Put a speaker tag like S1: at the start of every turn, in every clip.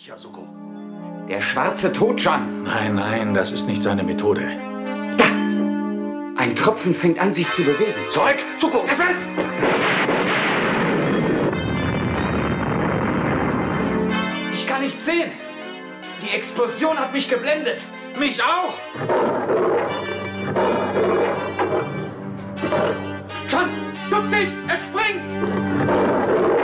S1: Yasuko.
S2: Der schwarze Totschan.
S1: Nein, nein, das ist nicht seine Methode.
S2: Da! Ein Tropfen fängt an, sich zu bewegen.
S1: Zurück! Zuko! Öffnen!
S2: Ich kann nicht sehen. Die Explosion hat mich geblendet.
S1: Mich auch!
S2: John, duck dich! Er springt!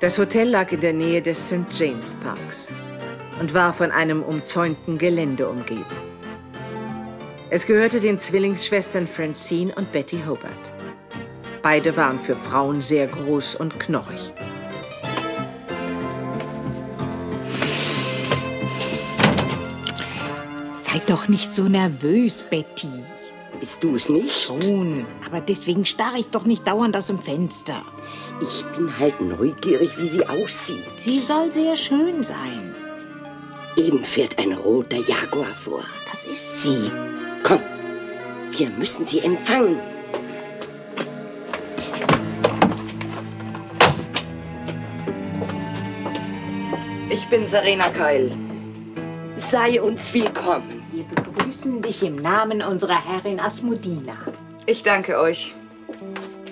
S3: Das Hotel lag in der Nähe des St. James Parks und war von einem umzäunten Gelände umgeben. Es gehörte den Zwillingsschwestern Francine und Betty Hobart. Beide waren für Frauen sehr groß und knorrig.
S4: Sei doch nicht so nervös, Betty.
S5: Bist du es nicht?
S4: Nun, aber deswegen starre ich doch nicht dauernd aus dem Fenster.
S5: Ich bin halt neugierig, wie sie aussieht.
S4: Sie soll sehr schön sein.
S5: Eben fährt ein roter Jaguar vor.
S4: Das ist sie.
S5: Komm, wir müssen sie empfangen.
S6: Ich bin Serena Keil.
S5: Sei uns willkommen.
S4: Wir begrüßen dich im Namen unserer Herrin Asmodina.
S6: Ich danke euch.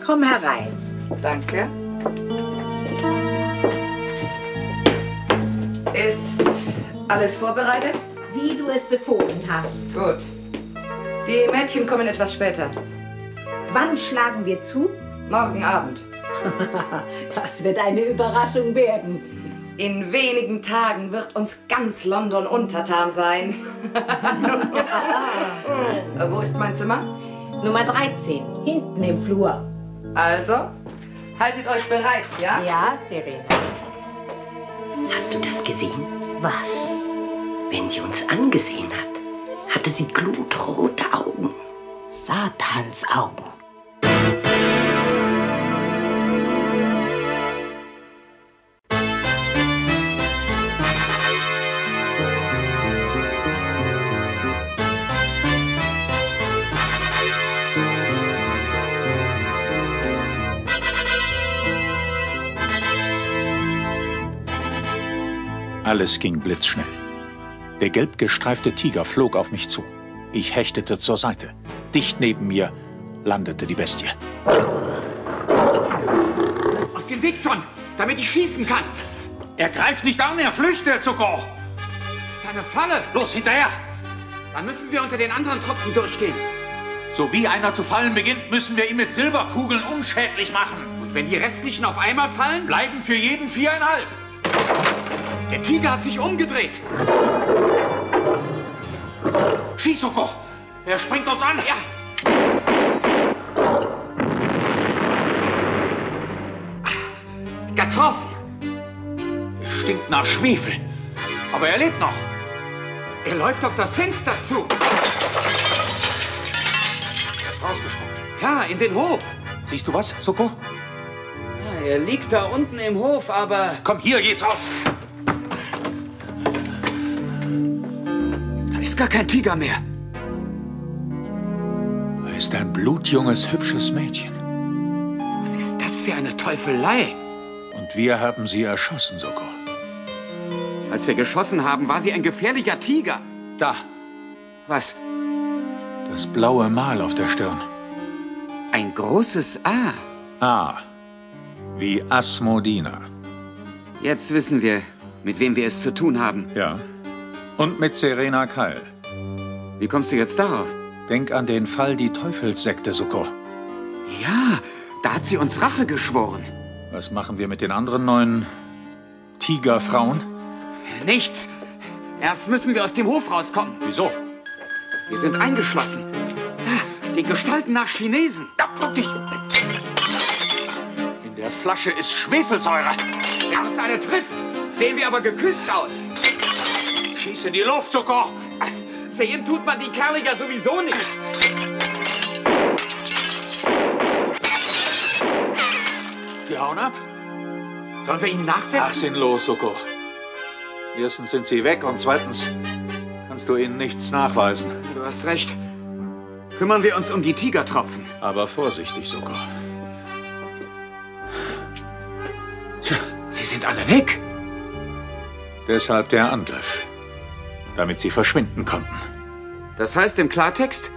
S4: Komm herein.
S6: Danke. Ist alles vorbereitet?
S4: Wie du es befohlen hast.
S6: Gut. Die Mädchen kommen etwas später.
S4: Wann schlagen wir zu?
S6: Morgen Abend.
S4: Das wird eine Überraschung werden.
S6: In wenigen Tagen wird uns ganz London untertan sein. Äh, Wo ist mein Zimmer?
S4: Nummer 13, hinten im Flur.
S6: Also, haltet euch bereit, ja?
S4: Ja, Serena.
S5: Hast du das gesehen?
S4: Was?
S5: Wenn sie uns angesehen hat, hatte sie glutrote Augen.
S4: Satans Augen.
S1: Alles ging blitzschnell. Der gelb gestreifte Tiger flog auf mich zu. Ich hechtete zur Seite. Dicht neben mir landete die Bestie.
S2: Aus dem Weg, John, damit ich schießen kann.
S7: Er greift nicht an, er flüchtet, Zuko!
S2: Das ist eine Falle.
S7: Los, hinterher!
S2: Dann müssen wir unter den anderen Tropfen durchgehen.
S7: So wie einer zu fallen beginnt, müssen wir ihn mit Silberkugeln unschädlich machen.
S2: Und wenn die restlichen auf einmal fallen,
S7: Bleiben für jeden viereinhalb.
S2: der Tiger hat sich umgedreht.
S7: Schieß, Zuko! Er springt uns an! Ja!
S2: Ah, Getroffen.
S7: Er stinkt nach Schwefel. Aber er lebt noch.
S2: Er läuft auf das Fenster zu.
S7: Er ist rausgesprungen.
S2: Ja, in den Hof.
S7: Siehst du was, Zuko?
S2: Ja, er liegt da unten im Hof, aber
S7: Komm, hier geht's aus.
S2: da ist gar kein Tiger mehr.
S1: Er ist ein blutjunges, hübsches Mädchen.
S2: Was ist das für eine Teufelei?
S1: Und wir haben sie erschossen, Soko.
S2: Als wir geschossen haben, war sie ein gefährlicher Tiger.
S1: Da,
S2: Was?
S1: das blaue Mal auf der Stirn.
S2: Ein großes A.
S1: Ah, wie Asmodina.
S2: Jetzt wissen wir, mit wem wir es zu tun haben.
S1: Ja. Und mit Serena Keil.
S2: Wie kommst du jetzt darauf?
S1: Denk an den Fall die Teufelssekte, Suko.
S2: Ja, da hat sie uns Rache geschworen.
S1: Was machen wir mit den anderen neuen Tigerfrauen?
S2: Nichts. Erst müssen wir aus dem Hof rauskommen.
S1: Wieso?
S2: Wir sind eingeschlossen. Ah, Den Gestalten nach Chinesen.
S7: Da, duck dich! In der Flasche ist Schwefelsäure.
S2: Wenn uns einer trifft, sehen wir aber geküsst aus.
S1: Schieß in die Luft, Zucker!
S2: Ah, Sehen tut man die Kerle ja sowieso nicht.
S1: Sie hauen ab.
S2: Sollen wir ihnen nachsetzen?
S1: Ach, sinnlos, Soko. Erstens sind sie weg und zweitens kannst du ihnen nichts nachweisen.
S2: du hast recht. Kümmern wir uns um die Tigertropfen.
S1: Aber vorsichtig, Soko.
S2: Sie sind alle weg.
S1: Deshalb der Angriff. Damit sie verschwinden konnten.
S2: Das heißt im Klartext,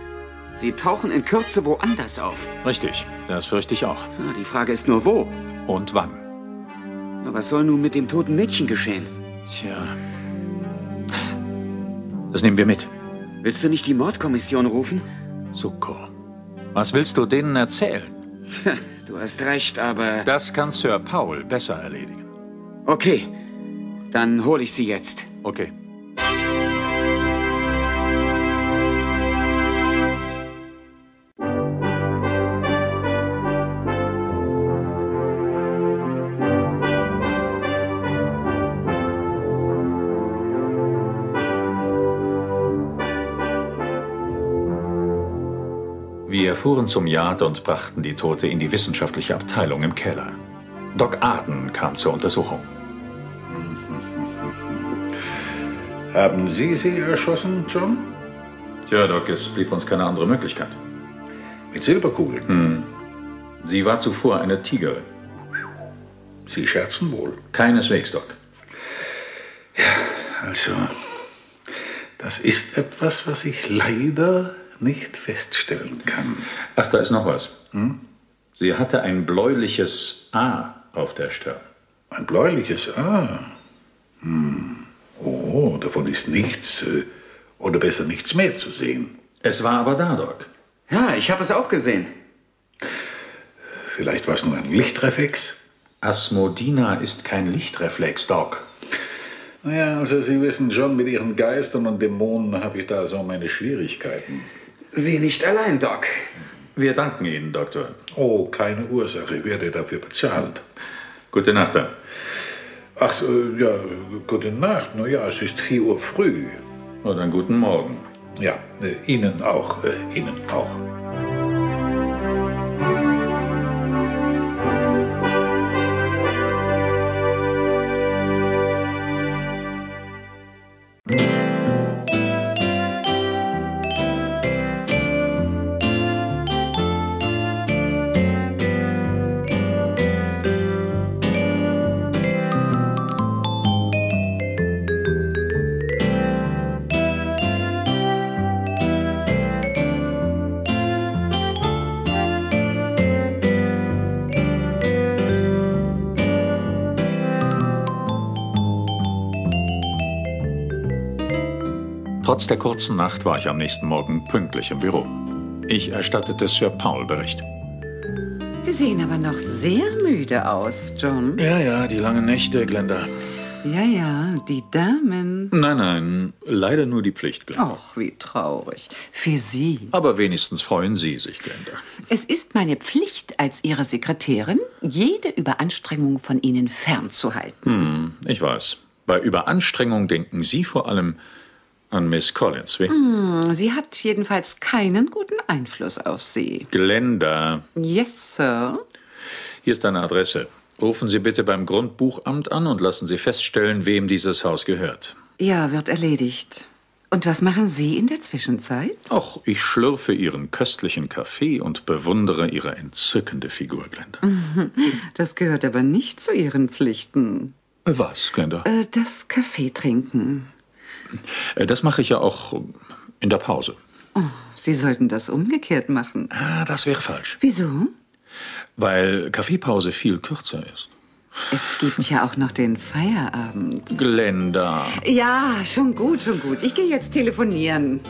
S2: sie tauchen in Kürze woanders auf.
S1: Richtig, das fürchte ich auch.
S2: Ah, Die Frage ist nur wo.
S1: Und wann?
S2: Na, Was soll nun mit dem toten Mädchen geschehen?
S1: Tja. Das nehmen wir mit.
S2: Willst du nicht die Mordkommission rufen?
S1: Soko. Was willst du denen erzählen?
S2: Du hast recht, aber...
S1: Das kann Sir Paul besser erledigen.
S2: Okay, dann hole ich sie jetzt.
S1: Okay. Wir fuhren zum Yard und brachten die Tote in die wissenschaftliche Abteilung im Keller. Doc Arden kam zur Untersuchung.
S8: Haben Sie sie erschossen, John?
S1: Tja, Doc, es blieb uns keine andere Möglichkeit.
S8: Mit Silberkugeln?
S1: Sie war zuvor eine Tigerin.
S8: Sie scherzen wohl.
S1: Keineswegs, Doc.
S8: Also, das ist etwas, was ich leider nicht feststellen kann.
S1: Ach, da ist noch was. Sie hatte ein bläuliches A auf der Stirn.
S8: Ein bläuliches Ah. Hm. Oh, davon ist nichts äh, oder besser nichts mehr zu sehen.
S1: Es war aber da, Doc.
S2: Ja, ich habe es auch gesehen.
S8: Vielleicht war es nur ein Lichtreflex.
S1: Asmodina ist kein Lichtreflex, Doc.
S8: Naja, also Sie wissen schon, mit Ihren Geistern und Dämonen habe ich da so meine Schwierigkeiten.
S2: Sie nicht allein, Doc.
S1: Wir danken Ihnen, Doktor.
S8: Oh, keine Ursache, werde dafür bezahlt.
S1: Gute Nacht dann.
S8: Ach, äh, ja, gute Nacht. Na ja, es ist 4 Uhr früh.
S1: Und einen guten Morgen.
S8: Ja, äh, Ihnen auch, äh, Ihnen auch.
S1: Trotz der kurzen Nacht war ich am nächsten Morgen pünktlich im Büro. Ich erstattete Sir Paul Bericht.
S6: Sie sehen aber noch sehr müde aus, John.
S1: Ja, ja, die langen Nächte, Glenda.
S6: Ja, ja, die Damen.
S1: Nein, nein, leider nur die Pflicht, Glenda.
S6: Och, wie traurig. Für Sie.
S1: Aber wenigstens freuen Sie sich, Glenda.
S6: Es ist meine Pflicht als Ihre Sekretärin, jede Überanstrengung von Ihnen fernzuhalten.
S1: Ich weiß. Bei Überanstrengung denken Sie vor allem an Miss Collins, wie?
S6: Sie hat jedenfalls keinen guten Einfluss auf Sie.
S1: Glenda,
S6: Yes, Sir.
S1: hier ist deine Adresse. Rufen Sie bitte beim Grundbuchamt an und lassen Sie feststellen, wem dieses Haus gehört.
S6: Ja, wird erledigt. Und was machen Sie in der Zwischenzeit?
S1: Och, ich schlürfe Ihren köstlichen Kaffee und bewundere Ihre entzückende Figur, Glenda.
S6: Das gehört aber nicht zu Ihren Pflichten.
S1: Was, Glenda?
S6: Äh, Das Kaffee trinken.
S1: Äh, Das mache ich ja auch in der Pause.
S6: Sie sollten das umgekehrt machen.
S1: Ah, das wäre falsch.
S6: Wieso?
S1: Weil Kaffeepause viel kürzer ist.
S6: Es gibt ja auch noch den Feierabend.
S1: Glenda.
S6: Ja, schon gut, schon gut. Ich gehe jetzt telefonieren.